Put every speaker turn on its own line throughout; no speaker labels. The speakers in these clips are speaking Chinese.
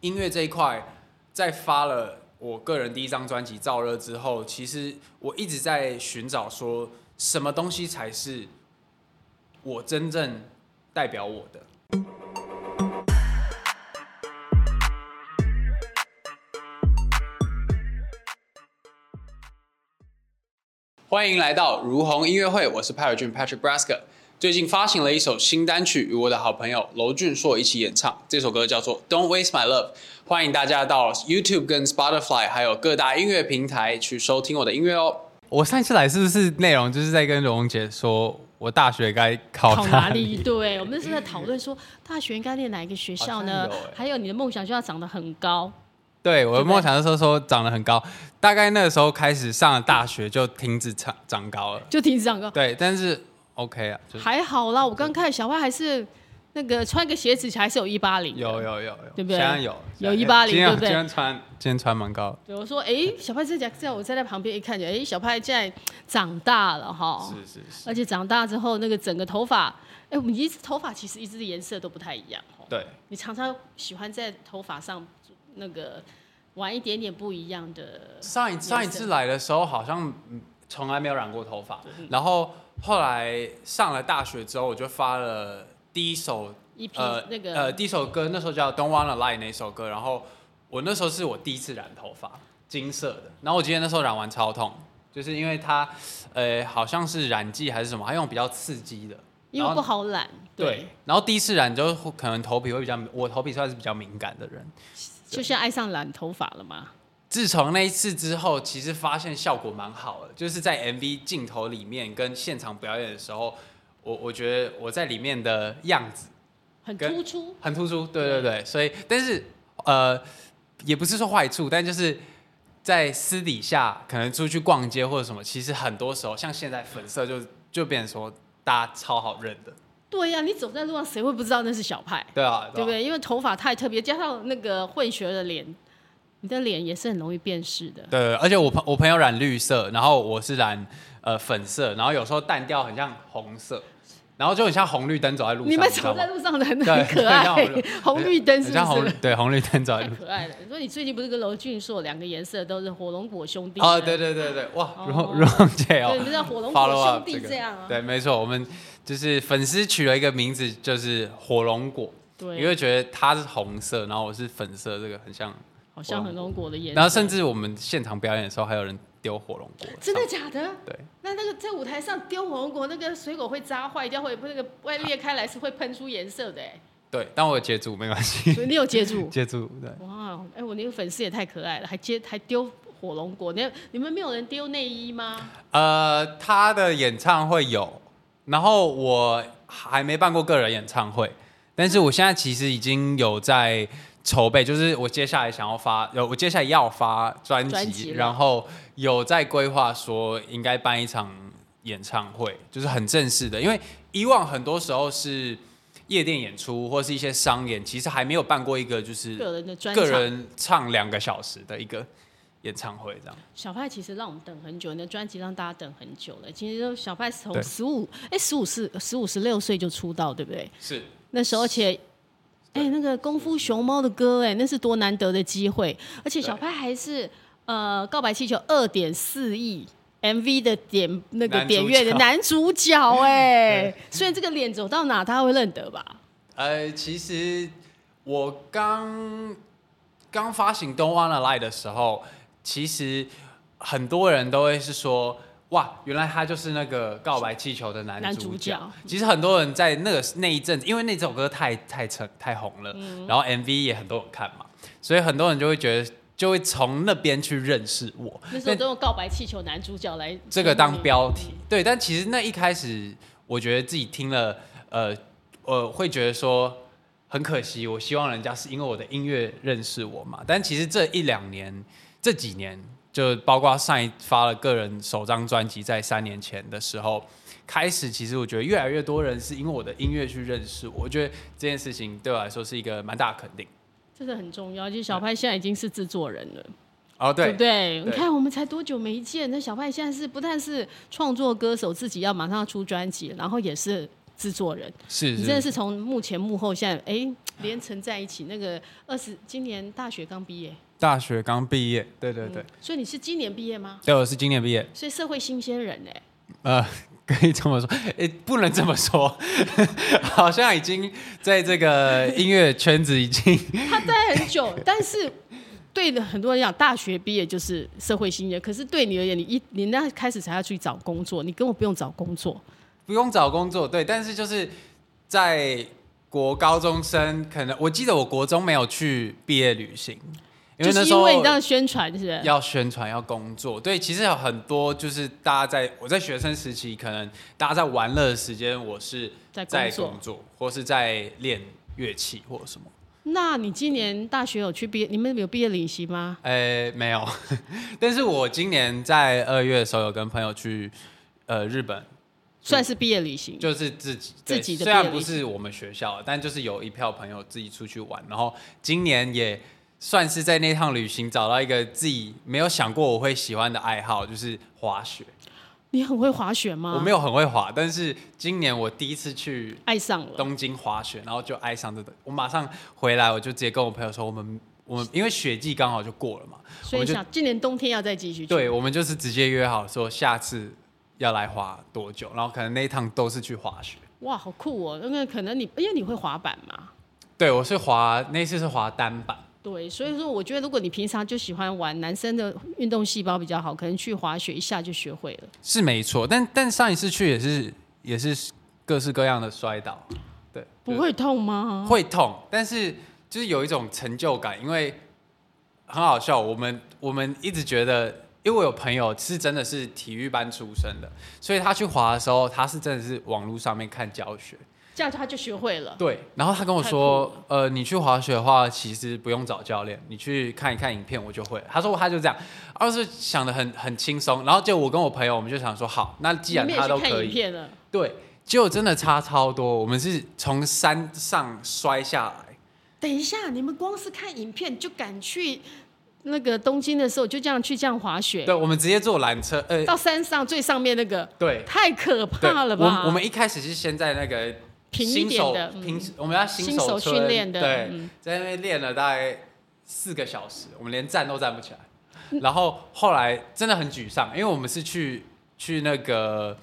音乐这一块，在发了我个人第一张专辑《燥热》之后，其实我一直在寻找说，什么东西才是我真正代表我的。欢迎来到如虹音乐会，我是 Patrick 俊 Patrick Brasker。最近发行了一首新单曲，与我的好朋友娄俊硕一起演唱。这首歌叫做《Don't Waste My Love》，欢迎大家到 YouTube 跟 Spotify 还有各大音乐平台去收听我的音乐哦。
我上一次来是不是内容就是在跟荣姐说，我大学该考
考
哪
哪里？对，我们那时候在讨论说，大学应该念哪一个学校
好像
呢？
有
哎
欸
还有你的梦想就要长得很高，
对，我的
对不对
梦想那时候说长得很高，大概那个时候开始上了大学就停止长长高了。
就挺长高。
对，但是 OK 啊，就是
还好啦，我刚看小外还是那个穿个鞋子还是有一八零。
有。有有有，
对不对
现在有
有
现在
180
今天
对不对
今天穿今天穿蛮高，
对，我说，哎，小派这家在我站在旁边一看见，哎，小派现在长大了哈，
是是是，
而且长大之后那个整个头发，哎，我们一直头发其实一直的颜色都不太一样哦。
对，
你常常喜欢在头发上那个玩一点点不一样的，
上一上一次来的时候好像嗯从来没有染过头发，
嗯
然后后来上了大学之后，我就发了第一首
一批
呃
那个
呃第一首歌，那时候叫《Don't Wanna Lie》那首歌，然后我那时候是我第一次染头发，金色的，然后我记得那时候染完超痛，就是因为它呃好像是染剂还是什么，它用比较刺激的，
因为不好染。
呃对，然后第一次染就会可能头皮会比较，我头皮算是比较敏感的人。
就像爱上染头发了嘛。
自从那一次之后，其实发现效果蛮好的，就是在 MV 镜头里面跟现场表演的时候，我我觉得我在里面的样子
很
跟
突出，
很突出，对对对，所以但是呃，也不是说坏处，但就是在私底下可能出去逛街或者什么，其实很多时候像现在粉色就就变成说大家超好认的，
对呀、你走在路上谁会不知道那是小派，
对啊，
对
啊
不对？因为头发太特别，加上那个混血的脸，你的脸也是很容易辨识的。
对，而且我朋我朋友染绿色，然后我是染呃粉色，然后有时候淡调很像红色，然后就很像红绿灯走在路上。
你们
知道吗
走在路上的很
对
很可爱
很像红绿，
红绿灯是
很
不
像红绿
是？
对红绿灯走在
太
路。
可爱了。你说你最近不是跟娄俊硕两个颜色都是火龙果兄弟
哦，
吗
对对对对，哇，
哦
荣荣姐
对，你
哦
们叫火龙
，follow
果
up
兄弟这样啊？
对，没错，我们就是粉丝取了一个名字，就是火龙果，
对，
因为觉得它是红色，然后我是粉色，这个很像。
好像很龙果的颜色。
然后甚至我们现场表演的时候，还有人丢火龙果，
真的假的？
对。
那那个在舞台上丢火龙果，那个水果会扎坏掉，会那个外裂开来是会喷出颜色的哎。
对，但我有接住没关系，
所以你有接住？
接住对。
哇，哎、我那个粉丝也太可爱了，还接还丢火龙果，那你们没有人丢内衣吗？
呃，他的演唱会有，然后我还没办过个人演唱会，但是我现在其实已经有在筹备，就是我接下来想要发，呃，我接下来要发专
专
辑，
辑了
然后有在规划说应该办一场演唱会，就是很正式的，因为以往很多时候是夜店演出或是一些商演，其实还没有办过一个就是
个人的专
个
场，
人唱两个小时的一个演唱会这样。
小派其实让我们等很久，你的专辑让大家等很久了。其实小派从
对
十五，哎，十五是十五十六岁就出道，对不对？
是，
那时候而且。哎、那个功夫熊猫的歌，哎，那是多难得的机会，而且小派还是呃《告白气球》二点四亿 MV 的点那个
男主
点阅的
角
男主角， 哎，所以这个脸走到哪他会认得吧？
呃，其实我刚刚发行《Don't Wanna Lie》的时候，其实很多人都会是说，哇，原来他就是那个告白气球的男
男
主
主
角
角。
其实很多人在那个那一阵子，因为那首歌太太成太红了，
嗯
然后 MV 也很多人看嘛，所以很多人就会觉得，就会从那边去认识我。
那时候都用告白气球男主角来
这个当标题。对，但其实那一开始，我觉得自己听了，呃，呃，会觉得说很可惜。我希望人家是因为我的音乐认识我嘛。但其实这一两年，这几年，就包括上一发了个人首张专辑，在三年前的时候。开始其实我觉得越来越多人是因为我的音乐去认识我，我觉得这件事情对我来说是一个蛮大的肯定。
这个很重要，就是小派现在已经是制作人了，
哦，
对
对
不，对？
对
你看我们才多久没见，那小派现在是不但是创作歌手，自己要马上要出专辑，然后也是制作人。
是
你真的是从幕前幕后现在，哎，连成在一起。那个二十，今年大学刚毕业，
大学刚毕业，对对对，
所以你是今年毕业吗？
对，我是今年毕业，
所以社会新鲜人哎、
呃，可以这么说，诶，不能这么说， 好像已经在这个音乐圈子已经
他待很久， 但是对的很多人讲，大学毕业就是社会新人。可是对你而言，你一你那开始才要去找工作，你根本不用找工作。
不用找工作，对，但是就是在国高中生，可能我记得我国中没有去毕业旅行，因为
就
那
是
时
因
候
为你这样宣传，是不是？
要宣传要工作，对，其实有很多就是大家在我在学生时期，可能大家在玩乐的时间，我是
在工
在
作
工作或是在练乐器或什么。
那你今年大学有去毕业？你们有毕业旅行吗？
呃，没有， 但是我今年在二月的时候有跟朋友去呃日本，
算是毕业旅行。
就是自己
自
对
己的
虽然
毕业
不
旅行
是我们学校，但就是有一票朋友自己出去玩，然后今年也算是在那趟旅行找到一个自己没有想过我会喜欢的爱好，就是滑雪。
你很会滑雪吗？
我没
有
有很会滑，但是今年我第一次去
爱上了。
东京滑雪，然后就爱上这个。我马上回来，我就直接跟我朋友说，我们我们因为雪季刚好就过了嘛，我
所以
们就
想今年冬天要再继续去。
对，我们就是直接约好说下次要来滑多久，然后可能那一趟都是去滑雪。
哇，好酷哦！那个可能你因为你会滑板嘛，
对，我是滑那次是滑单板，
对，所以说我觉得如果你平常就喜欢玩，男生的运动细胞比较好，可能去滑雪一下就学会了。
是没错，但但上一次去也是也是各式各样的摔倒，对，
不
就
会痛吗？
会痛，但是就是有一种成就感，因为很好笑。我们我们一直觉得，因为我有朋友是真的是体育班出身的，所以他去滑的时候，他是真的是网络上面看教学，
这样他就学会了。
对。然后他跟我说，呃，你去滑雪的话，其实不用找教练，你去看一看影片，我就会了。他说他就这样，而是想的很很轻松。然后就我跟我朋友，我们就想说，好，那既然
你们
他
也
都
去看
可
影
以，
片了，
对，结果真的差超多。我们是从山上摔下来。
等一下，你们光是看影片就敢去那个东京的时候就这样去这样滑雪，
对，我们直接坐缆车，呃，
到山上最上面那个，
对，
太可
对
怕了
我
吧？
们我们一开始是先在那个
平一
新
点
手
的嗯
平，我们要
新手
手村
训练的
对，
嗯
在那边练了大概四个小时，我们连站都站不起来。
嗯
然后后来真的很沮丧，因为我们是去去那个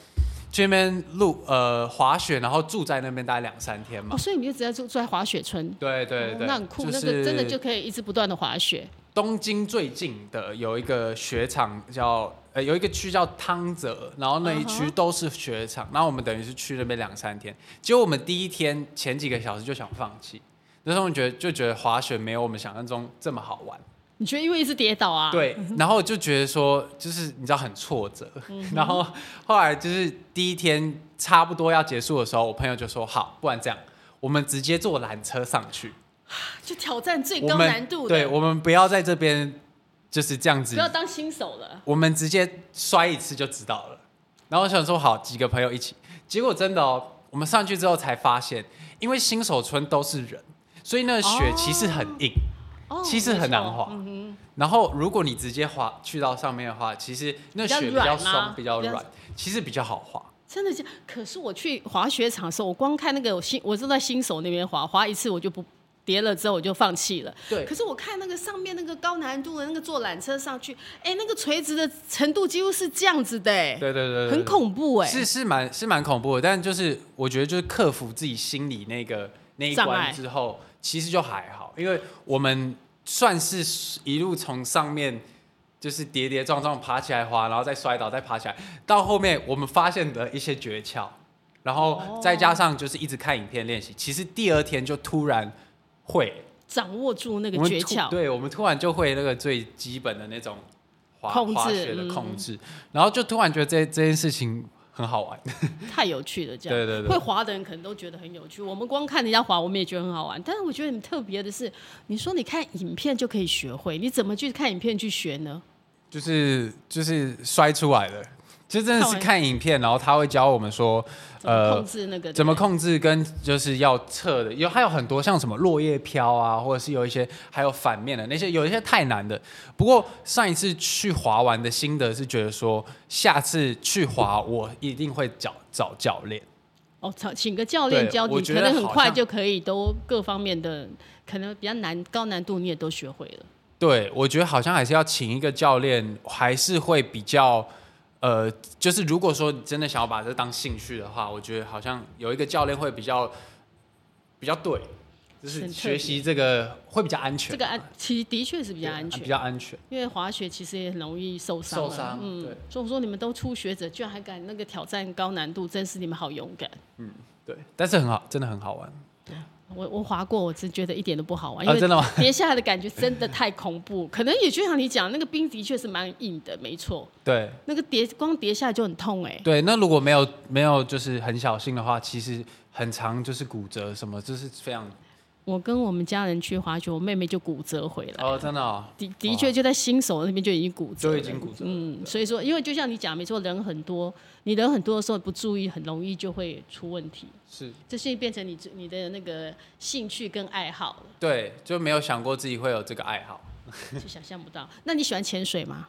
去那边露呃滑雪，然后住在那边大概两三天嘛
哦，。所以你们就直接住住在滑雪村。
对对
哦
对，
那很酷，
就
那个真的
是
就可以一直不断的滑雪。
东京最近的有一个雪场叫呃有一个区叫汤泽，然后那一
嗯
区
哼
都是雪场然后我们等于是去那边两三天，结果我们第一天前几个小时就想放弃，那时候我们觉得就觉得滑雪没有我们想象中这么好玩，
你觉得因为一直跌倒啊？，
对，然后就觉得说就是你知道很挫折，
嗯
然后后来就是第一天差不多要结束的时候，我朋友就说好，不然这样我们直接坐缆车上去，
就挑战最
我
高
们
难度的，
对我们不要在这边。就是这样子，
不要当新手了。
我们直接摔一次就知道了。然后我想说好，几个朋友一起，结果真的哦，我们上去之后才发现，因为新手村都是人，所以那个雪
哦
其实很硬。
哦，
其实
没
很难
错
滑
嗯哼
然后如果你直接滑去到上面的话，其实那雪
比
比
较
较
软
松、
啊
比较
比较
软，其实比较好滑。
真的是，可是我去滑雪场的时候，我光看那个我新，我是在新手那边滑，滑一次我就不跌了，之后我就放弃了。
对
可是我看那个上面那个高难度的那个坐缆车上去，哎、那个垂直的程度几乎是这样子的、哎，
对对对对，
很恐怖哎、
是是蛮是蛮恐怖的，但就是我觉得就是克服自己心里那个那一
障碍
关之后，其实就还好，因为我们算是一路从上面就是跌跌撞撞爬起来滑，然后再摔倒再爬起来，到后面我们发现的一些诀窍，然
哦
后再加上就是一直看影片练习，其实第二天就突然会
掌握住那个
我们
诀
突
窍，
对我们突然就会那个最基本的那种滑
控制
滑雪的控
嗯
制，然后就突然觉得这这件事情很好玩。
太有趣了，这样。
对对对
会滑的人可能都觉得很有趣，我们光看人家滑，我们也觉得很好玩。但是我觉得很特别的是，你说你看影片就可以学会，你怎么去看影片去学呢？
就是就是摔出来的，就真的
看
是
完
看影片，然后他会教我们说，
怎么控
呃，
制那个？
怎么
对不对
控制跟就是要测的，有还有很多像什么落叶飘啊，或者是有一些还有反面的那些，有一些太难的。不过上一次去滑完的心得是觉得说，下次去滑我一定会找找教练。
哦，找请个教练
对
教
我
你，
觉
可
得
能很
好
快
像
就可以都各方面的，可能比较难高难度你也都学会了。
对，我觉得好像还是要请一个教练，还是会比较，呃，就是如果说你真的想要把这当兴趣的话，我觉得好像有一个教练会比较比较对，就
很
是
特
学习这个会比较安全，
这个安其实的确是比较安全
比，较安全。
因为滑雪其实也很容易受伤啊。
受伤
嗯
对，
所以我说你们都初学者，居然还敢那个挑战高难度，真是你们好勇敢。
对，但是很好，真的很好玩。
我我滑过，我真觉得一点都不好玩，哦因
啊
为
真的吗
跌下来的感觉真的太恐怖。可能也就像你讲，那个冰的确是蛮硬的，没错，
对
那个跌光跌下来就很痛哎、
对，那如果没有没有就是很小心的话，其实很长就是骨折什么，就是非常
我跟我们家人去滑雪，我妹妹就骨折回来。
哦，真的、哦、
的的确就在新手那边就已经骨折了，
就已经骨折了
嗯，所以说，因为就像你讲，没错，人很多，你人很多的时候不注意，很容易就会出问题。
是
这是变成你最你的那个兴趣跟爱好了，
对，就没有想过自己会有这个爱好。
就想象不到。那你喜欢潜水吗？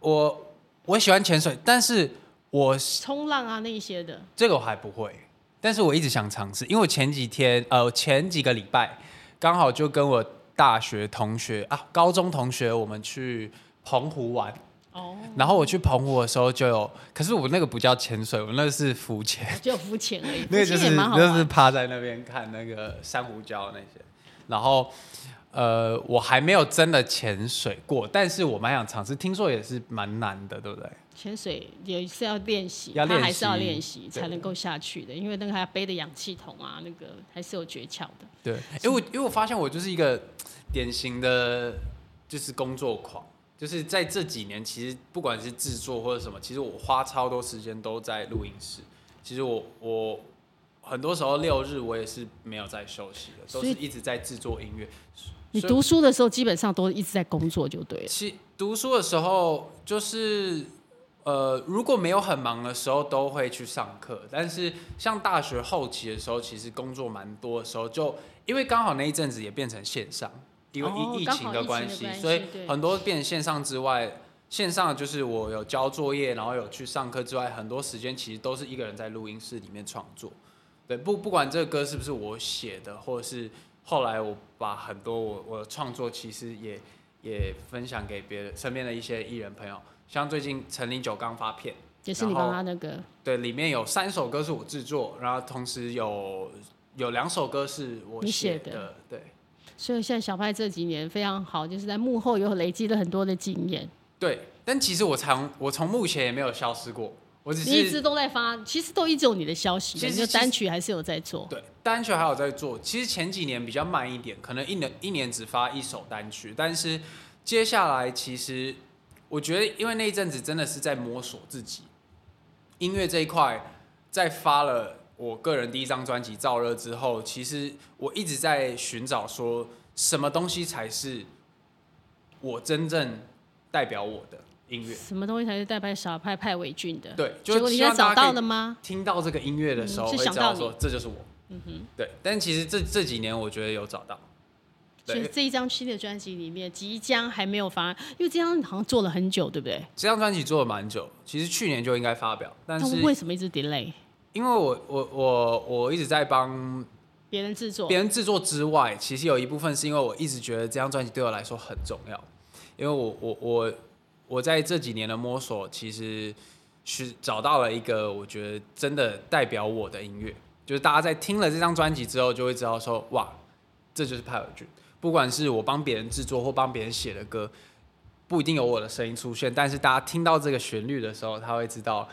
我我喜欢潜水，但是我
冲浪啊那一些的，
这个我还不会，但是我一直想尝试，因为我前几天呃前几个礼拜刚好就跟我大学同学啊高中同学我们去澎湖玩，
哦，
然后我去澎湖的时候就有，可是我那个不叫潜水，我那个是浮潜，
就浮潜而已，
那个就
浮
是
潜也蛮好
就是
玩。
趴在那边看那个珊瑚礁那些，然后。呃，我还没有真的潜水过，但是我蛮想尝试，听说也是蛮难的，对不对？
潜水也是要练习，
要练
它
习
还是要练习
对
才能够下去的，因为那个还要背的氧气筒啊，那个还是有诀窍的。
对，因为我因为我发现我就是一个典型的就是工作狂，就是在这几年，其实不管是制作或者什么，其实我花超多时间都在录音室。其实我我很多时候六日我也是没有在休息的，都
所
是
以
一直在制作音乐。
你
所以
读书的时候基本上都一直在工作就对了，
其读书的时候，就是呃，如果没有很忙的时候，都会去上课。但是像大学后期的时候，其实工作蛮多的时候，就因为刚好那一阵子也变成线上，因为
哦
疫疫
刚好
情
疫情的
的关
关系
所以
对
很多变线上之外。线上就是我有交作业，然后有去上课之外，很多时间其实都是一个人在录音室里面创作。对，不不管这个歌是不是我写的，或者是后来我把很多我我的创作其实也也分享给别人身边的一些艺人朋友，像最近陈零九刚发片，
也是你
然后
帮他那个
对，里面有三首歌是我制作，然后同时有有两首歌是我
你写
的，
的
对
所以现在小派这几年非常好，就是在幕后有累积了很多的经验，
对，但其实我从我从目前也没有消失过，我只
你一直
是
都在发，其实都一直有你的消息，
其
你
实
的单曲还是有在做。
对单曲还有在做，其实前几年比较慢一点，可能一年一年只发一首单曲，但是接下来其实我觉得，因为那一阵子真的是在摸索自己，音乐这一块，在发了我个人第一张专辑《燥热》之后，其实我一直在寻找说什么东西才是我真正代表我的音乐。
什么东西才是代表小派派伟俊的？
对就是
结果你
希
现
望
在找
大家可以
到了吗？
听到这个音乐的时候，
嗯
会
是
知
想
道
到
说这就是我。嗯哼，对。但其实这这几年，我觉得有找到。
所以
对，
这一张新的专辑里面，即将还没有发，因为这张好像做了很久，对不对？
这张专辑做了蛮久，其实去年就应该发表，但
那
是
为什么一直 delay？
因为我我我我一直在帮
别人制作
别，人制作之外，其实有一部分是因为我一直觉得这张专辑对我来说很重要，因为我我我我在这几年的摸索，其实是找到了一个我觉得真的代表我的音乐，就是大家在听了这张专辑之后，就会知道说哇，这就是派尔俊，不管是我帮别人制作或帮别人写的歌，不一定有我的声音出现，但是大家听到这个旋律的时候，他会知道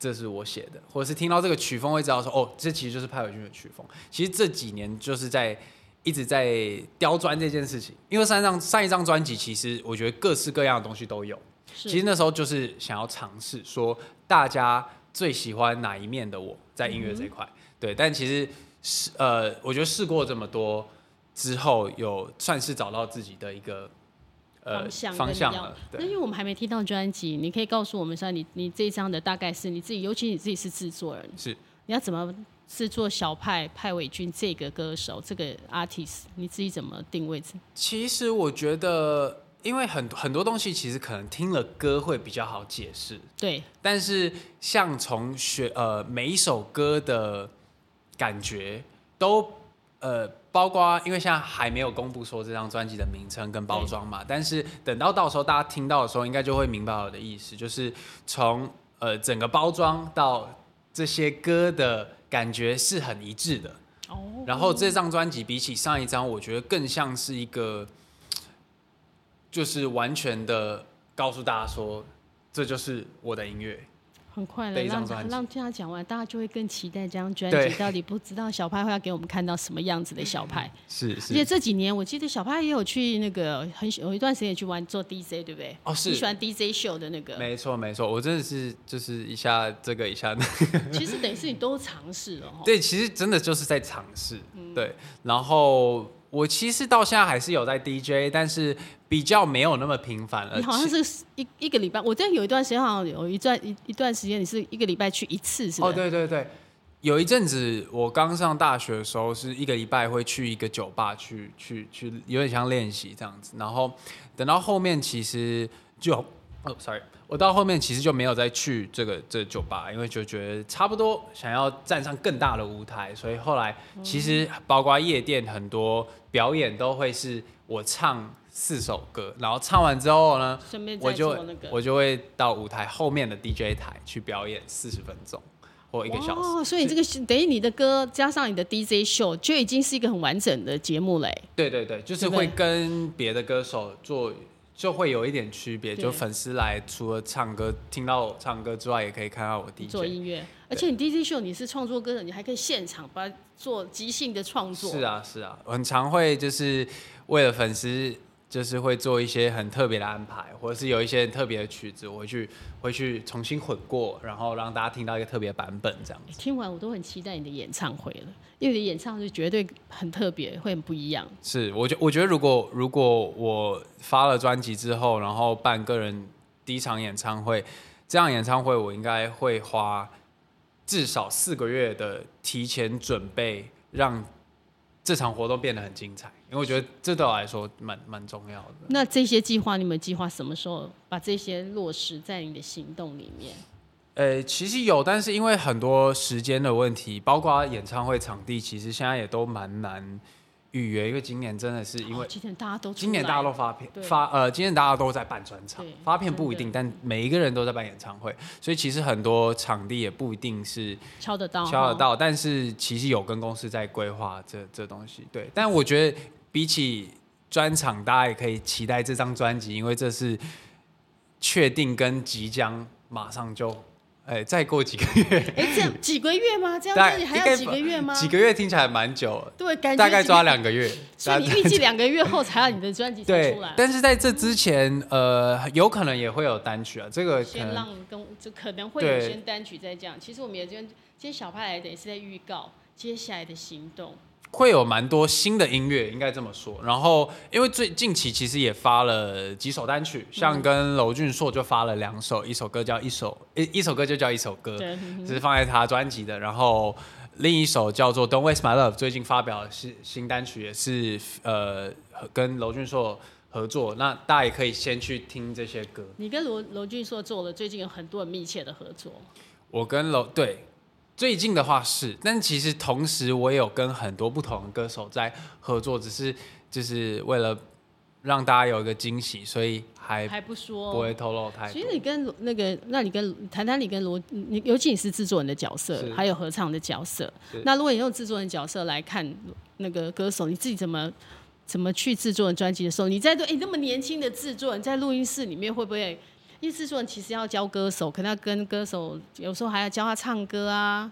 这是我写的，或者是听到这个曲风会知道说，哦，这其实就是派伟俊的曲风。其实这几年就是在一直在刁钻这件事情，因为上一张上一张专辑，其实我觉得各式各样的东西都有。
是
其实那时候就是想要尝试说，大家最喜欢哪一面的我在音乐这一块，
嗯
对。但其实是呃，我觉得试过这么多之后，有算是找到自己的一个呃
方向
方
跟
向
你要
了，
那因
对。
为我们还没听到专辑，你可以告诉我们一下你，你这一张的大概是你自己，尤其你自己是制作人，
是
你要怎么制作小派派伟俊这个歌手这个 artist？你自己怎么定位自？
其实我觉得，因为很很多东西其实可能听了歌会比较好解释，
对，
但是像从学呃每一首歌的感觉都呃，包括因为现在还没有公布说这张专辑的名称跟包装嘛，但是等到到时候大家听到的时候，应该就会明白我的意思，就是从呃整个包装到这些歌的感觉是很一致的。
哦
然后这张专辑比起上一张，我觉得更像是一个，就是完全的告诉大家说，这就是我的音乐。
很快了，
的一张
让
专辑
让这样讲完，大家就会更期待这张专
对
辑到底不知道小派会要给我们看到什么样子的小派。
嗯是
而且，这几年我记得小派也有去那个很有一段时间也去玩做 DJ，对不对？
哦是
你喜欢 DJ 秀的那个？
没错没错，我真的是就是一下这个一下 那个。
其实等于是你都尝试了哦。
对，其实真的就是在尝试。
嗯
对，然后我其实到现在还是有在 DJ，但是比较没有那么频繁了。
你好像
其
是一一个礼拜，我记得有一段时间好像有一段一一段时间，你是一个礼拜去一次，是吧？
哦，对对对，有一阵子我刚上大学的时候，是一个礼拜会去一个酒吧去去去，有点像练习这样子。然后等到后面其实就，哦，sorry，我到后面其实就没有再去这个这个酒吧，因为就觉得差不多，想要站上更大的舞台，所以后来其实包括夜店很多表演都会是我唱。四首歌，然后唱完之后呢，
顺便
我
再
就
做那个。
我就会到舞台后面的 DJ 台去表演四十分钟或一个小时。
哦，所以你这个是等于你的歌加上你的 DJ 秀，就已经是一个很完整的节目嘞。
对对对，就是
对不对
会跟别的歌手做，就会有一点区别。
对
就粉丝来除了唱歌，听到我唱歌之外，也可以看到我
做
DJ。
音乐，而且你 DJ 秀你是创作歌手，你还可以现场把它做即兴的创作。
是，啊是啊，我很常会就是为了粉丝，就是会做一些很特别的安排，或者是有一些很特别的曲子，我会去会去重新混过，然后让大家听到一个特别版本这样子。
哎听完我都很期待你的演唱会了，因为你的演唱是绝对很特别，会很不一样。
是，我觉我觉得如果如果我发了专辑之后，然后办个人第一场演唱会，这样演唱会我应该会花至少四个月的提前准备，让这场活动变得很精彩，因为我觉得这对我来说蛮蛮重要的。
那这些计划，你们计划什么时候把这些落实在你的行动里面？
呃，其实有，但是因为很多时间的问题，包括演唱会场地，其实现在也都蛮难预约，因为今年真的是因为
哦今天大家都出
今年
来
大家
了
都发片
对
发呃，今年大家都在办专场
对，
发片不一定，
真
但每一个人都在办演唱会，所以其实很多场地也不一定是
敲得到，
敲得
哈。
到，但是其实有跟公司在规划这这东西。对，但我觉得比起专场，大家也可以期待这张专辑，因为这是确定跟即将马上就，哎、再过几个月，
哎，这样几个月吗？这样
大
到
概
底还
应该
要几个月吗？
几个月听起来蛮久，
对，感觉
大概
几
抓，两个月。
所以你预计两个月后才要你的专辑才
对
出来，。
但是在这之前，呃，有可能也会有单曲啊，这个可
先
能
让跟就可能会有
对
先单曲再这样。其实我们也今天今天小派来的也是在预告接下来的行动。
会有蛮多新的音乐，应该这么说。然后，因为最近期其实也发了几首单曲，
嗯
像跟娄俊硕就发了两首，一首歌叫一首，一一首歌就叫一首歌，
对，嗯
这是放在他专辑的。然后另一首叫做《Don't Waste My Love》，最近发表的新新单曲，也是呃和跟娄俊硕合作。那大家也可以先去听这些歌。
你跟罗罗俊硕做了最近有很多很密切的合作，
我跟楼对最近的话是，但其实同时我也有跟很多不同的歌手在合作，只是就是为了让大家有一个惊喜，所以还
还不
哎不
说。
会透露太
其
多
实。你跟罗那个，那你跟谈谈你跟罗，你尤其你是制作人的角色
是，
还有合唱的角色
是。
那如果你用制作人角色来看那个歌手，你自己怎么怎么去制作人专辑的时候，你在对哎、那么年轻的制作人在录音室里面会不会？因为制作人其实要教歌手，可能要跟歌手有时候还要教他唱歌啊。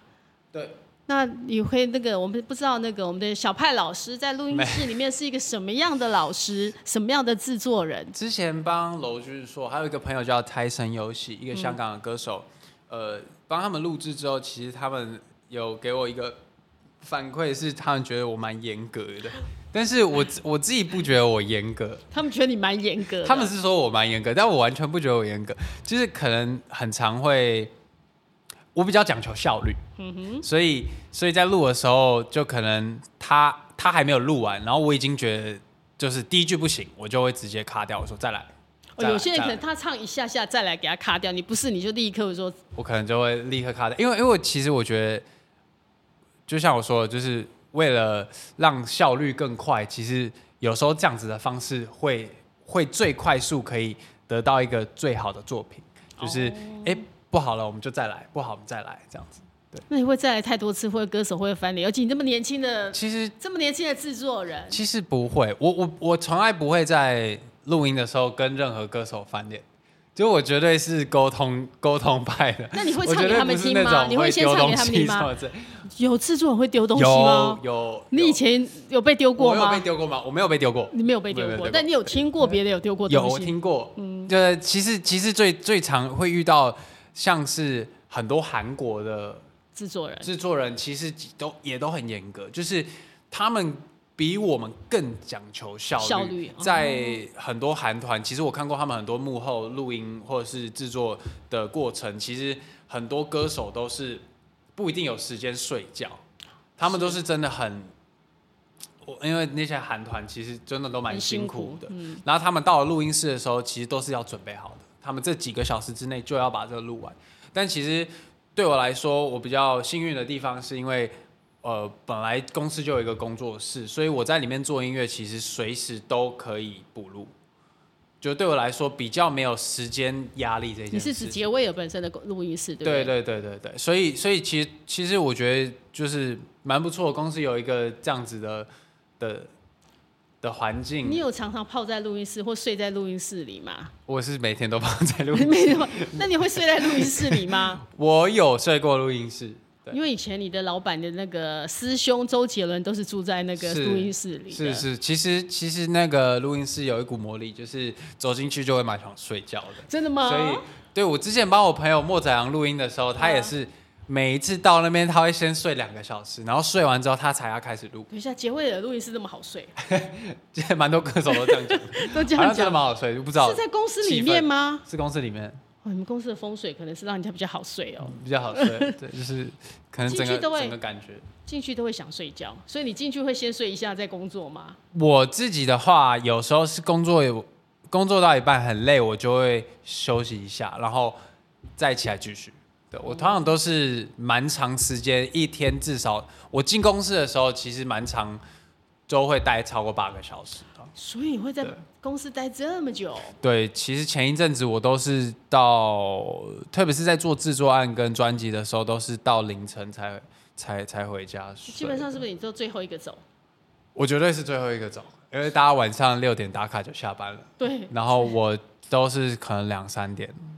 对。
那你会那个，我们不知道那个我们的小派老师在录音室里面是一个什么样的老师，什么样的制作人？
之前帮娄俊硕，还有一个朋友叫泰森游戏，一个香港的歌手，呃，帮他们录制之后，其实他们有给我一个反馈，是他们觉得我蛮严格的，但是我自我自己不觉得我严格。
他们觉得你蛮严格的。
他们是说我蛮严格，但我完全不觉得我严格，就是可能很常会，我比较讲求效率，
嗯
所以所以在录的时候，就可能他他还没有录完，然后我已经觉得就是第一句不行，我就会直接卡掉，我说再来，
哦
再来
有些人可
再
能
来
他唱一下下再来给他卡掉，你不是你就立刻说
我可能就会立刻卡掉，因为因为我其实我觉得就像我说的，就是为了让效率更快，其实有时候这样子的方式会会最快速可以得到一个最好的作品。
哦
就是哎、诶不好了，我们就再来；不好，我们再来，这样子。
那你会再来太多次，会歌手会翻脸，尤其你这么年 轻的
其实
这么年轻的制作人，
其实不会，我我我从来不会在录音的时候跟任何歌手翻脸，就我绝对是沟通沟通派的。
那你会
我
唱
绝
给
对
他们
不是
听
那
吗
种
你会先
丢
唱给
东
他们
西
听吗
什么之类
有制作人会丢东西
有
吗？
有，
你以
有
前有被丢过
我有
吗
被？丢过吗？我没有被丢过，
你没有被丢
没有没有
过
丢，过
但你有听过别人有丢过
有
东
我
西？
听过，嗯，就是其实其实最最常会遇到像是很多韩国的
制作人，
制作人，其实都也都很严格，就是他们比我们更讲求效率。
效率哦
在很多韩团，其实我看过他们很多幕后录音或者是制作的过程，其实很多歌手都是不一定有时间睡觉，他们都是真的很。我因为那些韩团其实真的都蛮
很
辛
辛
苦
苦
的，
嗯
然后他们到了录音室的时候，其实都是要准备好的，他们这几个小时之内就要把这个录完。但其实对我来说，我比较幸运的地方是因为，呃，本来公司就有一个工作室，所以我在里面做音乐，其实随时都可以补录。就对我来说，比较没有时间压力这件事。
你是指杰威尔本身的录音室对不
对
对？
对对对对，所以所以其实其实我觉得就是蛮不错，公司有一个这样子的的的环境。
你有常常泡在录音室或睡在录音室里吗？
我是每天都放在录音
没
室，
有，那你会睡在录音室里吗？
我有睡过录音室， 对，
因为以前你的老板的那个师兄周杰伦都是住在那个
是
录音室里的，
是是，其实其实那个录音室有一股魔力，就是走进去就会蛮想睡觉的。
真的吗？
所以，对我之前帮我朋友莫仔阳录音的时候，
嗯
他也是每一次到那边，他会先睡两个小时，然后睡完之后他才要开始录。
等一下，杰威尔录音室那么好 睡，
其实蛮多歌手都这样讲，
都这
好像真
样
的
讲，
蛮好睡，就不知道
是在公司
气
里
氛
面吗？
是公司里面
哦，你们公司的风水可能是让人家比较好睡哦，
比较好睡，对，就是可能整
进
个
去都会
整个感觉。
进去都会想睡觉，所以你进去会先睡一下再工作吗？
我自己的话，有时候是工作有工作到一半很累，我就会休息一下，然后再起来继续。对我通常都是蛮长时间，一天至少我进公司的时候，其实蛮长都会待超过八个小时的。
所以你会在
对
公司待这么久，
对，其实前一阵子我都是到，特别是在做制作案跟专辑的时候，都是到凌晨才才才回家睡。
基本上是不是你都最后一个走？
我绝对是最后一个走，因为大家晚上六点打卡就下班了。
对，
然后我都是可能两三点
嗯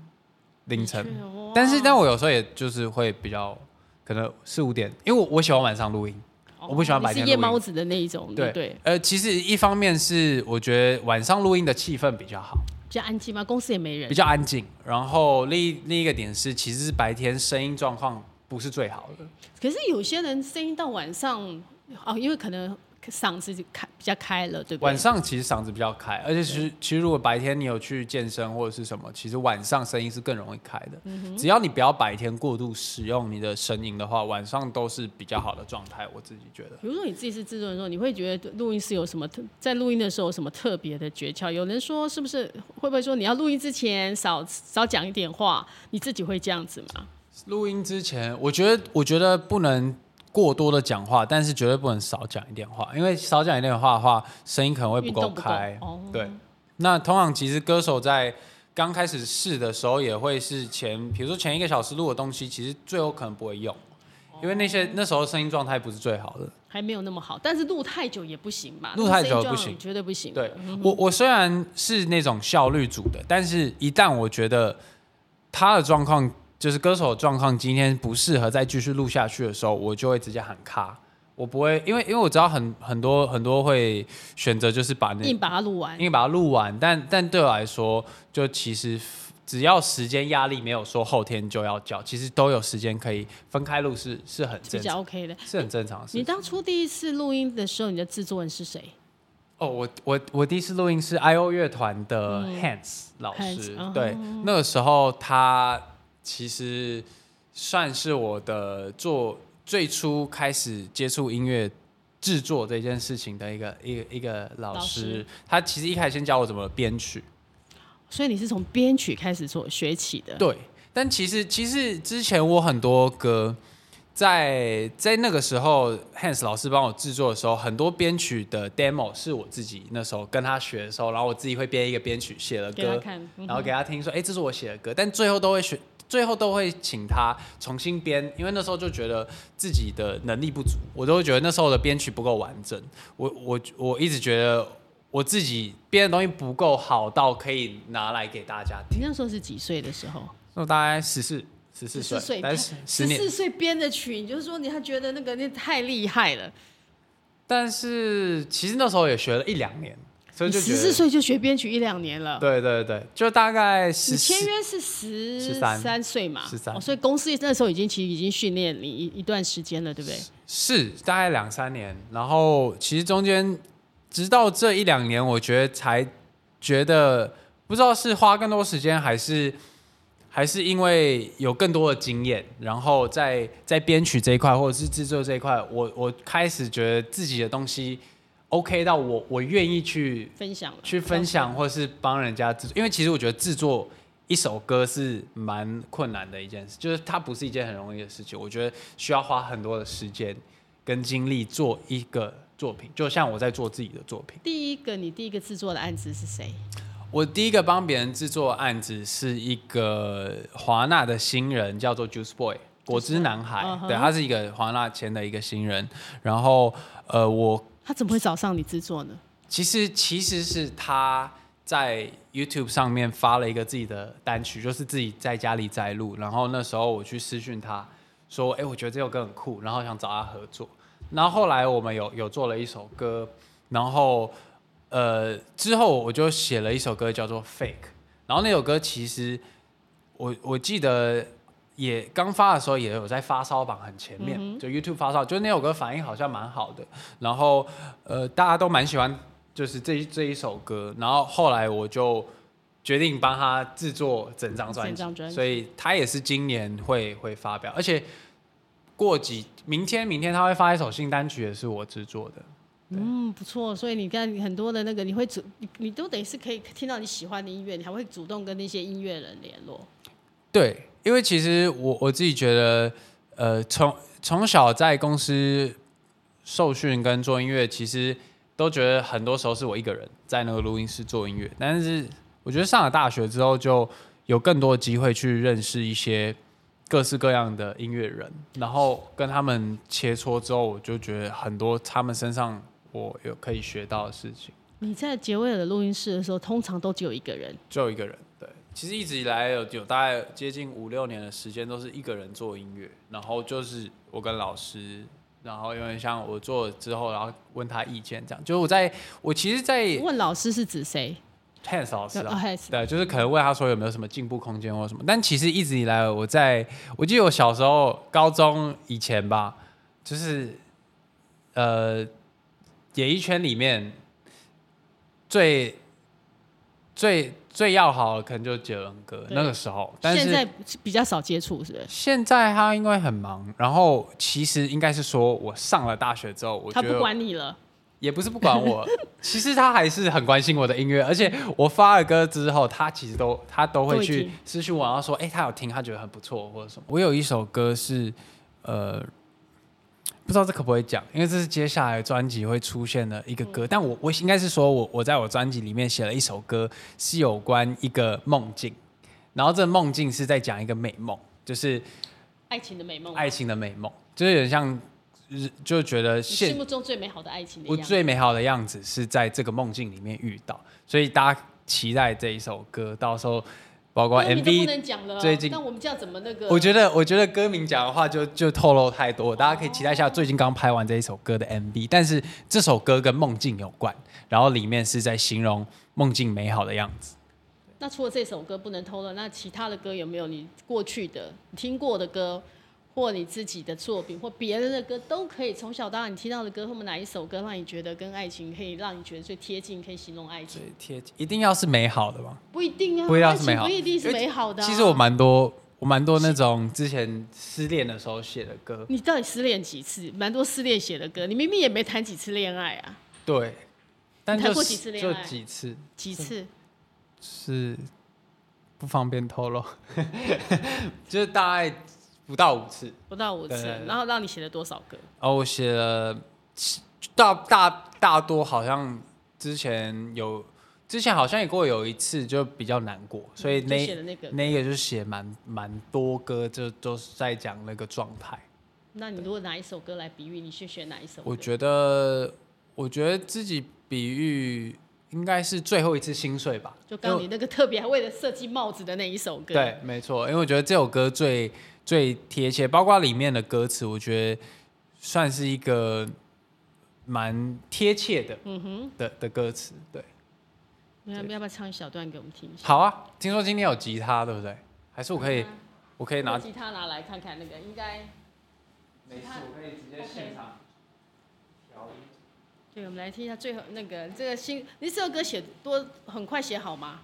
凌晨，
哇
但是但我有时候也就是会比较可能四五点，因为我我喜欢晚上录音，我不喜欢白天
哦你
录音
是夜猫子的那一种，
对
对不对，
呃，其实一方面是我觉得晚上录音的气氛比较好，
比较安静吗？公司也没人
比，较安静，然后另一另一个点是，其实是白天声音状况不是最好的，
可是有些人声音到晚上哦，因为可能嗓子开比较开了，对不对？
晚上其实嗓子比较开，而且其实其实如果白天你有去健身或者是什么，其实晚上声音是更容易开的。
嗯
只要你不要白天过度使用你的声音的话，晚上都是比较好的状态。我自己觉得，
比如说你自己是制作人的时候，你会觉得录音室有什么特在录音的时候有什么特别的诀窍？有人说是不是会不会说你要录音之前少少讲一点话？你自己会这样子吗？
录音之前，我觉得我觉得不能过多的讲话，但是绝对不能少讲一点话，因为少讲一点话的话，声音可能会不
运
够
动不够
开。
哦
对，嗯那通常其实歌手在刚开始试的时候，也会是前，比如说前一个小时录的东西，其实最后可能不会用，因为那些那时候声音状态不是最好的。
还没有那么好，但是录太久也不行吧？
录太久
那个声音
不
状
行
绝对不行。
对我，我虽然是那种效率组的，但是一旦我觉得他的状况，就是歌手的状况今天不适合再继续录下去的时候，我就会直接喊卡。我不会，因为因为我知道很很多很多会选择就是把那
硬把它录完
因。为把它录完，但但对我来说，就其实只要时间压力没有说后天就要交，其实都有时间可以分开录是是很
比
正
较
常，
OK 的。
是很正常的事情。
你当初第一次录音的时候，你的制作人是谁？
哦，我我我第一次录音是 I O 乐团的 Hans 老师
嗯 Hans，，哦
对，那个时候他其实算是我的做最初开始接触音乐制作这件事情的一个一个一个老
老
师
师，
他其实一开始先教我怎么编曲，
所以你是从编曲开始做学起的。
对，但其实其实之前我很多歌在在那个时候，Hans 老师帮我制作的时候，很多编曲的 demo 是我自己那时候跟他学的时候，然后我自己会编一个编曲，写了
给他
歌
看，嗯哼
然后给他听说，哎、这是我写的歌，但最后都会选，最后都会请他重新编，因为那时候就觉得自己的能力不足，我都会觉得那时候的编曲不够完整，我我我一直觉得我自己编的东西不够好到可以拿来给大家
你
听，
那时候是几岁的时候？
那我大概十四十四
14
岁，
岁
大概十，十
十
年
四岁编的曲，你就是说你还觉得那个那太厉害了。
但是其实那时候也学了一两年，所以
你
就觉
十
得
四，岁就学编曲一两年了。
对对对，就大概十
你签
四，
约是十
13
三岁嘛？
13
哦，所以公司那时候已经其实已经训练你一一段时间了，对不对？
是大概两三年，然后其实中间直到这一两年，我觉得才觉得不知道是花更多时间还是。还是因为有更多的经验，然后在在编曲这一块或者是制作这一块，我我开始觉得自己的东西 OK 到我我愿意去
分享了
去分享，或是帮人家制作，因为其实我觉得制作一首歌是蛮困难的一件事，就是它不是一件很容易的事情。我觉得需要花很多的时间跟精力做一个作品，就像我在做自己的作品。
第一个你第一个制作的案子是谁？
我第一个帮别人制作案子是一个华纳的新人，叫做 Juice Boy。果汁男孩
嗯哼
对，他是一个华纳前的一个新人。然后，呃，我
他怎么会找上你制作呢？
其实其实是他在 YouTube 上面发了一个自己的单曲，就是自己在家里摘录。然后那时候我去私讯他说：“哎、我觉得这首歌很酷，然后想找他合作。”然后后来我们有有做了一首歌，然后呃之后我就写了一首歌叫做《Fake》，然后那首歌其实我我记得也刚发的时候也有在发烧榜很前面，
嗯
就 YouTube 发烧，就那首歌反应好像蛮好的，然后呃大家都蛮喜欢就是这一这一首歌，然后后来我就决定帮他制作整张专
整张专
辑，
辑
所以他也是今年会会发表，而且过几明天明天他会发一首新单曲，也是我制作的。
嗯，不错。所以你看很多的那个，你会主你你都等于是可以听到你喜欢的音乐，你还会主动跟那些音乐人联络。
对，因为其实我我自己觉得，呃，从从小在公司受训跟做音乐，其实都觉得很多时候是我一个人在那个录音室做音乐。但是我觉得上了大学之后，就有更多的机会去认识一些各式各样的音乐人，然后跟他们切磋之后，我就觉得很多他们身上我有可以学到的事情。
你在结尾的录音室的时候，通常都只有一个人。
就一个人。对，其实一直以来有有大概接近五六年的时间都是一个人做音乐，然后就是我跟老师，然后有点像我做了之后，然后问他意见这样。就是我在我其实，在
问老师是指谁？
Hans 老师
哦
啊
，Hans，
对，就是可能问他说有没有什么进步空间或什么。但其实一直以来，我在我记得我小时候、高中以前吧，就是呃，演艺圈里面最最最要好的可能就是杰伦哥
对
那个时候，但是
现在比较少接触，是不是？
现在他因为很忙，然后其实应该是说我上了大学之后，我
他
觉
不
得
管你了。
也不是不管 我，其实他还是很关心我的音乐，而且我发了歌之后，他其实都他都
都
会
会
去
听
私讯我，然后说，哎、他有听，他觉得很不错或者什么。我有一首歌是，呃，不知道这可不可以讲，因为这是接下来专辑会出现的一个
嗯
歌，但我我应该是说我我在我专辑里面写了一首歌，是有关一个梦境，然后这梦境是在讲一个美梦，就是
爱情的美梦，
爱情的美梦，就是有点像，就觉得
你
现
心目中最美好的爱情的
我
样子。
最美好的样子是在这个梦境里面遇到，所以大家期待这一首歌，到时候包括
歌名都不
MV。
能讲了，
最近
那我们这样怎么那个？
我觉得，我觉得歌名讲的话就就透露太多，大家可以期待一下最近刚拍完这一首歌的 MV。但是这首歌跟梦境有关，然后里面是在形容梦境美好的样子。
那除了这首歌不能偷了，那其他的歌有没有你过去的、你听过的歌，或你自己的作品，或别人的歌都可以？从小到大你听到的歌，或者哪一首歌让你觉得跟爱情可以让你觉得最贴近，可以形容爱
所
情？
以贴一定要是美好的嘛，
不一定啊，
不一定要
爱
是
情
美好
不一定是美好的啊、
其实我蛮多，我蛮多那种之前失恋的时候写的歌。
你到底失恋几次？蛮多失恋写的歌，你明明也没谈几次恋爱啊，
对，但
你谈
就
过
是
几次恋
就
爱
几次，
几次？
是不方便透露，就是大概不到五次。
不到五次
对对，对
然后让你写了多少个？
哦，我写了七大大大多好像之前有，之前好像也过有一次就比较难过，所以
嗯就
那
写了那个
那个就是写蛮蛮多歌，就都是在讲那个状态。
那你如果拿一首歌来比喻，你去选哪一首歌？
我觉得，我觉得自己比喻应该是最后一次心碎吧，
就刚
因
刚
为
你那个特别还为了设计帽子的那一首歌，
对，没错，因为我觉得这首歌最最贴切，包括里面的歌词，我觉得算是一个蛮贴切的，嗯哼，的的歌词。对，
你要要不要唱一小段给我们听一下？
好啊，听说今天有吉他，对不对？还是我可以，
嗯
我可以拿，
把吉他拿来看看，那个应该，
没
事我
可以直
接现
场调音。
对，我们来听一下最后那个这个新，你这首歌写多很快写好吗？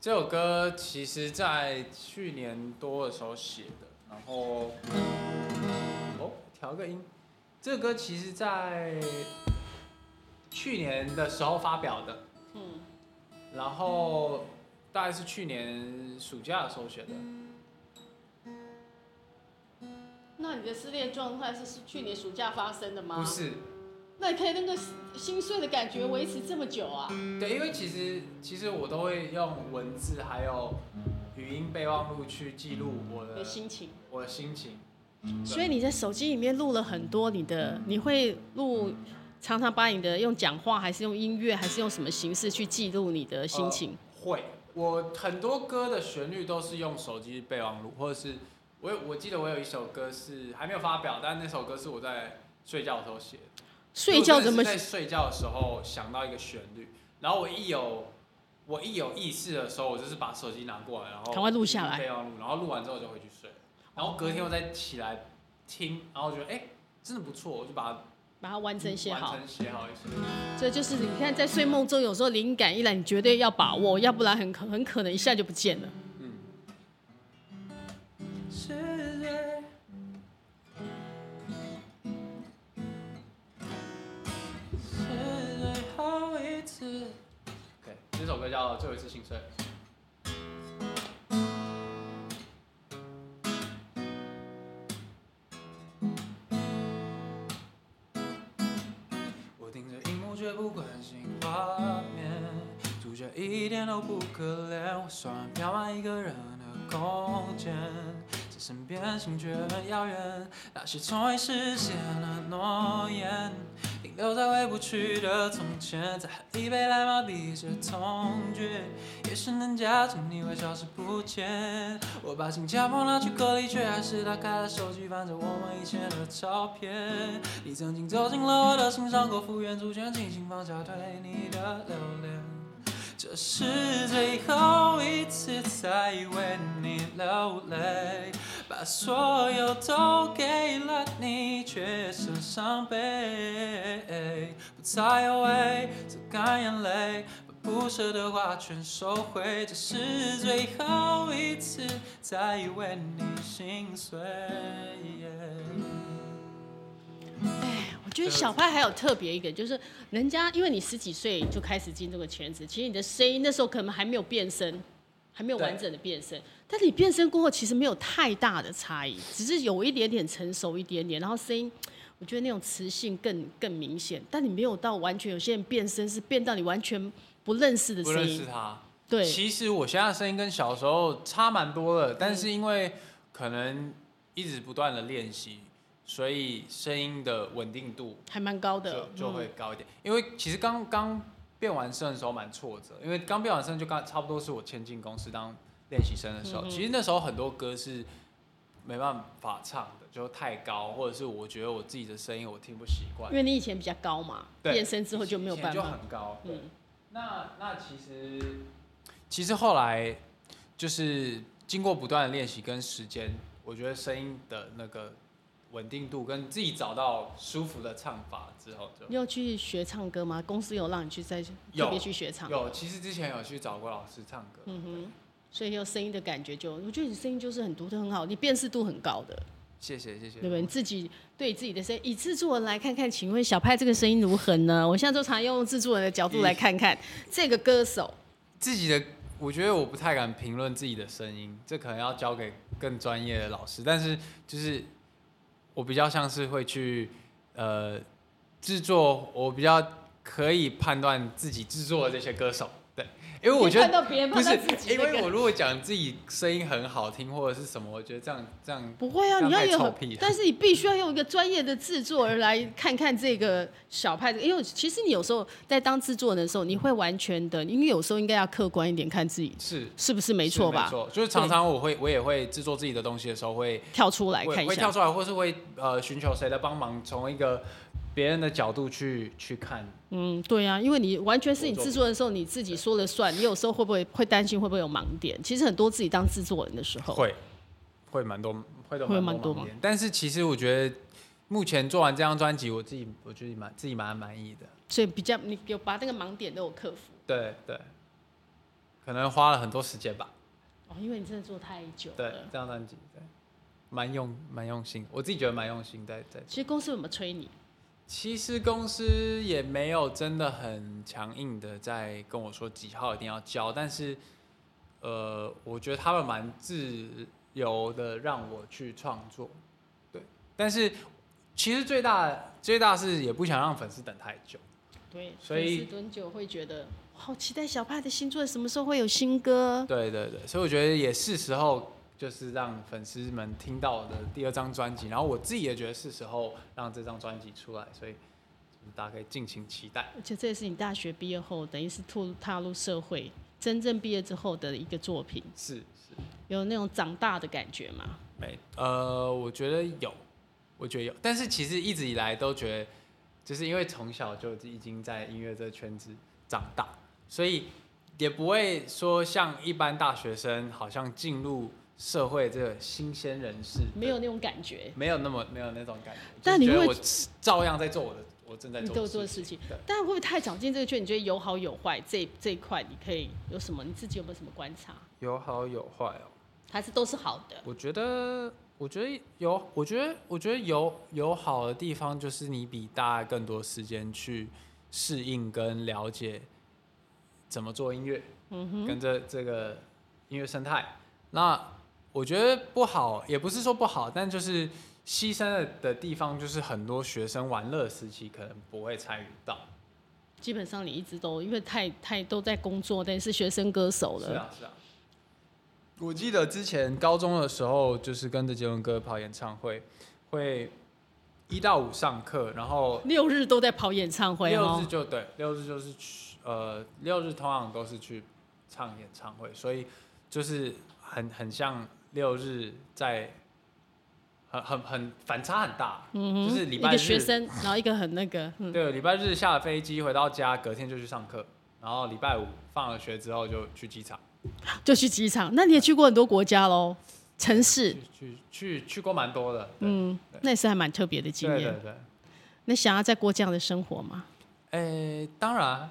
这首歌其实在去年多的时候写的，然后哦调个音，这个歌其实在去年的时候发表的，
嗯，
然后大概是去年暑假的时候写的，
那你的失恋状态是是去年暑假发生的吗？
不，是
那你可以那个心碎的感觉维持这么久啊？
对，因为其实其实我都会用文字还有语音备忘录去记录我
你的
的
心情，
我的心情。
所以你在手机里面录了很多你的，你会录。常常把你的用讲话，还是用音乐，还是用什么形式去记录你的心情？
呃会，我很多歌的旋律都是用手机备忘录，或者是我有我记得我有一首歌是还没有发表，但那首歌是我在睡觉的时候写的。
睡觉
因为我真
怎么
的是在睡觉的时候想到一个旋律，然后我一有我一有意识的时候，我就是把手机拿过来，然后
赶快录下来
备忘录，然后录完之后就回去睡，然后隔天我再起来听，然后我觉得哎、真的不错，我就把它
把它完整写好？
嗯完成写好一些。
这就是你看，在睡梦中，有时候灵感一来，你绝对要把握，要不然很可很可能一下就不见了。
世界。是最后一次。对，这首歌叫《最后一次心碎》。我盯着荧幕却不关心画面，主角一点都不可怜。我双人飘满一个人的空间，这身边心却很遥远，那些从未实现的诺言，停留在回不去的从前。再喝一杯蓝猫滴着痛觉，也许能假装你会消失不见。我把新加坡拿去隔离，却还是打开了手机，翻着我们以前的照片。你曾经走进了我的心，伤口复原，逐渐清醒放下对你的留恋。这是最后一次再为你流泪，把所有都给了你，却剩伤悲。不再有味，只干眼泪，把不舍的话全收回。这是最后一次再为你心碎。
哎，我
嗯
觉得小派还有特别一个，就是人家因为你十几岁就开始进这个圈子，其实你的声音那时候可能还没有变声，还没有完整的变声，但你变声过后，其实没有太大的差异，只是有一点点成熟一点点，然后声音。我觉得那种磁性更更明显，但你没有到完全。有些人变声是变到你完全不认识的
不
声
认识
音，
他。
对，
其实我现在的声音跟小时候差蛮多的，
嗯
但是因为可能一直不断的练习，所以声音的稳定度
还蛮高的
就，就
嗯
会高一点。因为其实刚刚变完声的时候蛮挫折，因为刚变完声就刚差不多是我签进公司当练习生的时候，
嗯
其实那时候很多歌是没办法唱的，就太高，或者是我觉得我自己的声音我听不习惯
因。为你以前比较高嘛，
对
变身之后就没有
以前
办
就
法。
很高。对
嗯，
那那其实其实后来就是经过不断的练习跟时间，我觉得声音的那个稳定度跟自己找到舒服的唱法之后就
你有去学唱歌吗？公司有让你去再
有
特别去学唱，
有。其实之前有去找过老师唱歌，
嗯哼，所以有声音的感觉就，我觉得你声音就是很独特，很好，你辨识度很高的，
谢谢谢谢。
对不对？你自己对自己的声音，以制作人来看看，请问小派这个声音 如何呢？我现在都常用制作人的角度来看看这个歌手，
自己的我觉得我不太敢评论自己的声音，这可能要交给更专业的老师。但是就是我比较像是会去呃制作，我比较可以判断自己制作的这些歌手。对，因为我觉
你看
得
到别人
不
碰到
是
自，己
因
那
为我
个。
如果讲自己声音很好听或者是什么，我觉得这样这样
不会啊，
这样
你要
太
有
臭
很
屁了，
但是你必须要用一个专业的制作人来看看这个小派的，因为其实你有时候在当制作人的时候，你会完全的，因为有时候应该要客观一点看自己
是
是不是没
是
错吧
没，错，就是常常我会我也会制作自己的东西的时候会
跳出来
会
看一
会跳
下。
出来，或是会呃寻求谁的帮忙，从一个别人的角度去去看。
嗯，对啊，因为你完全是你制作人的时候你自己说了算，你有时候会不会会担心会不会有盲点？其实很多自己当制作人的时候，
会，会蛮多，会都
会
蛮
蛮多
盲
吗
点但是其实我觉得，目前做完这张专辑，我自己我觉得蛮自己蛮满意的。
所以比较你有把那个盲点都有克服。
对对，可能花了很多时间吧。
哦，因为你真的做太久
对
了。，
这张专辑对，蛮用蛮用心，我自己觉得蛮用心在在。
其实公司有没有催你？
其实公司也没有真的很强硬的在跟我说几号一定要交，但是，呃，我觉得他们蛮自由的让我去创作，对。但是其实最大最大是也不想让粉丝等太久，
对，
所以
粉丝蹲久会觉得好期待小派的新作什么时候会有新歌？
对对对，所以我觉得也是时候就是让粉丝们听到我的第二张专辑，然后我自己也觉得是时候让这张专辑出来，所以大家可以尽情期待。
而且这也是你大学毕业后，等于是踏入踏入社会，真正毕业之后的一个作品，
是是。
有那种长大的感觉吗？
没，呃，我觉得有，我觉得有，但是其实一直以来都觉得，就是因为从小就已经在音乐这个圈子长大，所以也不会说像一般大学生，好像进入社会这个新鲜人士，
没有那种感觉，
没有那么没有那种感觉。
但你
就是觉得
会
我照样在做我的，我正在
你
做
都有
的
做的
事
事情
对。
但会不会太早进这个圈？你觉得有好有坏？这这一块你可以有什么？你自己有没有什么观察？
有好有坏哦。
还是都是好的？
我觉得，我觉得有，我觉得，我觉得有有好的地方，就是你比大家更多时间去适应跟了解怎么做音乐，
嗯哼，
跟这这个音乐生态。那我觉得不好，也不是说不好，但就是牺牲了的地方，就是很多学生玩乐时期可能不会参与到。
基本上你一直都因为太太都在工作，但是学生歌手了。
是啊，是啊。我记得之前高中的时候，就是跟着杰伦哥跑演唱会，会一到五上课，然后
六日都在跑演唱会
六
哦
日，就对，六日就是去呃，六日通常都是去唱演唱会，所以就是很很像六日在。很很很反差很大，
嗯哼，
就是礼
一
拜日
个学生，然后一个很那个，嗯，
对，礼拜日下了飞机回到家，隔天就去上课，然后礼拜五放了学之后就去机场，
就去机场。那你也去过很多国家喽，城市
去，去去去过蛮多的，对
嗯，那也是还蛮特别的经
对
验
对。对，
那想要再过这样的生活吗？
诶，当然，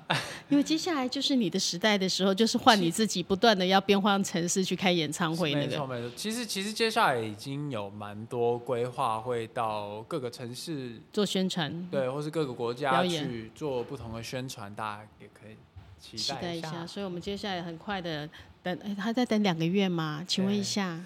因为接下来就是你的时代的时候，就是换你自己不断的要变换城市去开演唱会那
没
个
错。没错。其实其实接下来已经有蛮多规划，会到各个城市，
做宣传，
对，或是各个国
表
家
演
去做不同的宣传，大家也可以期
期待
一
一下。所以我们接下来很快的等，哎，还在等两个月吗？请问 一下，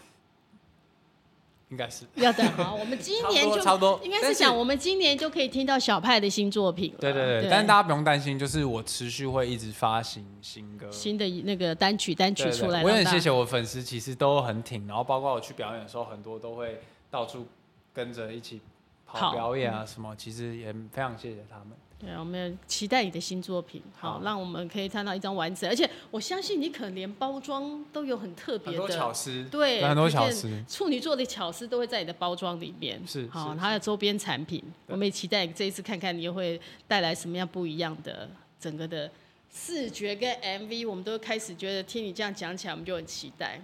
应该是
要等好，我们今年就
差不多差不多
应该
但
是
是
讲我们今年就可以听到小派的新作品了。
对对对。但是大家不用担心，就是我持续会一直发行新歌。
新的那个单曲单曲
对对
出来，
我也很
让大
谢
家
谢我粉丝，其实都很挺，然后包括我去表演的时候，很多都会到处跟着一起跑
跑嗯
表演啊什么，其实也非常谢谢他们。
对，我们期待你的新作品，好，
好
让我们可以看到一张完整，而且我相信你可能连包装都有很特别
很多巧
的，
思，
对，
很多
可见
巧思，
处女座的巧思都会在你的包装里面，
是
好，
是
还有周边产品，
对
我们也期待这一次看看你又会带来什么样不一样的整个的视觉跟 MV，我们都开始觉得听你这样讲起来，我们就很期待。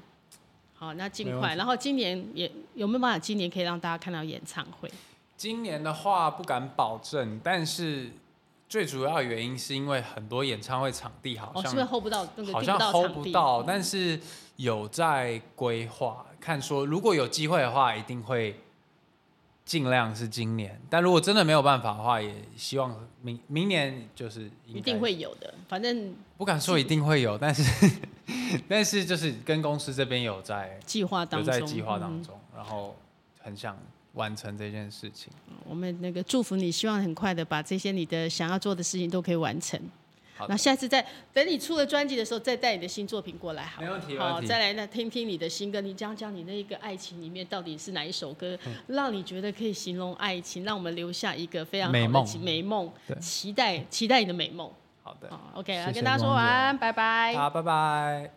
好，那
没
尽
问
快，
题
然后今年也有没有办法？今年可以让大家看到演唱会？
今年的话不敢保证，但是最主要的原因是因为很多演唱会场地好
哦，是
像、
不是 hold 不到那个
好
订
像
不到
hold
场
不
地？嗯
到，但是有在规划，看说如果有机会的话，一定会尽量是今年，但如果真的没有办法的话，也希望明明年就是应该
一定会有的。反正
不敢说一定会有，但是 但是就是跟公司这边有在
计划当
有
中，
在计划当
嗯
中，然后很想完成这件事情。
我们那个祝福你，希望很快的把这些你的想要做的事情都可以完成。
好的
那下次再等你出了专辑的时候，再带你的新作品过来好了，
没问题没
好，
问题
再来那听听你的新歌，你讲讲你那个爱情里面到底是哪一首歌，
嗯
让你觉得可以形容爱情，让我们留下一个非常好的
美梦
期美梦
对，
期待期待你的美梦。
好的，
好，OK，
谢谢
来跟大家说
王姐
晚安，拜拜。
好，拜拜。